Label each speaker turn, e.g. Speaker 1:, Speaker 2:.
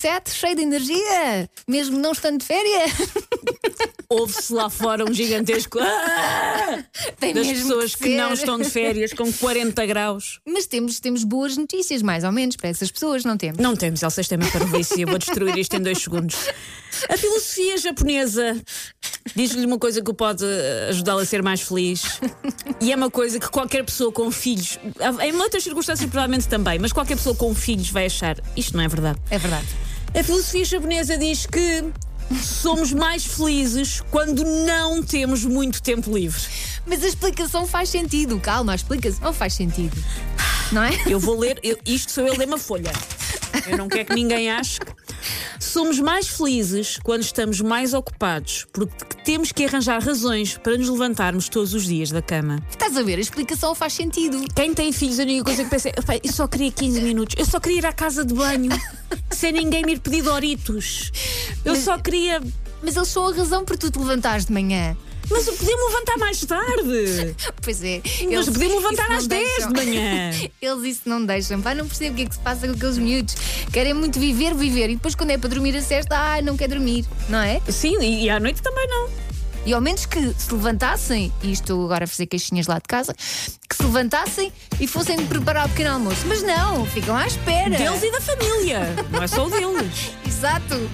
Speaker 1: Sete, cheio de energia, mesmo não estando de férias.
Speaker 2: Ouve-se lá fora um gigantesco "Ah!"
Speaker 1: Tem
Speaker 2: das
Speaker 1: É mesmo
Speaker 2: pessoas que
Speaker 1: ser.
Speaker 2: não estão de férias com 40 graus.
Speaker 1: Mas temos, temos boas notícias, mais ou menos, para essas pessoas, não temos?
Speaker 2: Não temos, Elsa, isto é uma parvoícia. Vou destruir isto em dois segundos. A filosofia japonesa diz-lhe uma coisa que o pode eh, ajudá-la a ser mais feliz. E é uma coisa que qualquer pessoa com filhos, em muitas circunstâncias provavelmente também, mas qualquer pessoa com filhos vai achar isto não é verdade.
Speaker 1: É verdade.
Speaker 2: A filosofia japonesa diz que somos mais felizes quando não temos muito tempo livre.
Speaker 1: Mas a explicação faz sentido, calma, a explicação faz sentido. Não é?
Speaker 2: Eu vou ler, eu- isto sou eu ler uma folha. Eu não quero que ninguém ache. que- Somos mais felizes quando estamos mais ocupados, porque temos que arranjar razões para nos levantarmos todos os dias da cama.
Speaker 1: Estás a ver, a explicação faz sentido.
Speaker 2: Quem tem filhos, a única coisa que pensa é: "Epá, eu só queria 15 minutos, eu só queria ir à casa de banho, sem ninguém me ir pedir Doritos. Eu só queria.
Speaker 1: Mas eles são a razão por tu te levantares de manhã.
Speaker 2: Mas eu podia-me levantar mais tarde.
Speaker 1: Pois é.
Speaker 2: Mas podia-me levantar às 10
Speaker 1: dez
Speaker 2: de manhã.
Speaker 1: Eles isso não deixam. Pá, não percebo o que é que se passa com aqueles miúdos. Querem muito viver, viver. E depois, quando é para dormir a cesta, ah, não quer dormir, não é?
Speaker 2: Sim, e e à noite também não.
Speaker 1: E ao menos que se levantassem, e estou agora a fazer queixinhas lá de casa, que se levantassem e fossem preparar o pequeno almoço. Mas não, ficam à espera.
Speaker 2: é Deles e da família, não é só o deles.
Speaker 1: Exato.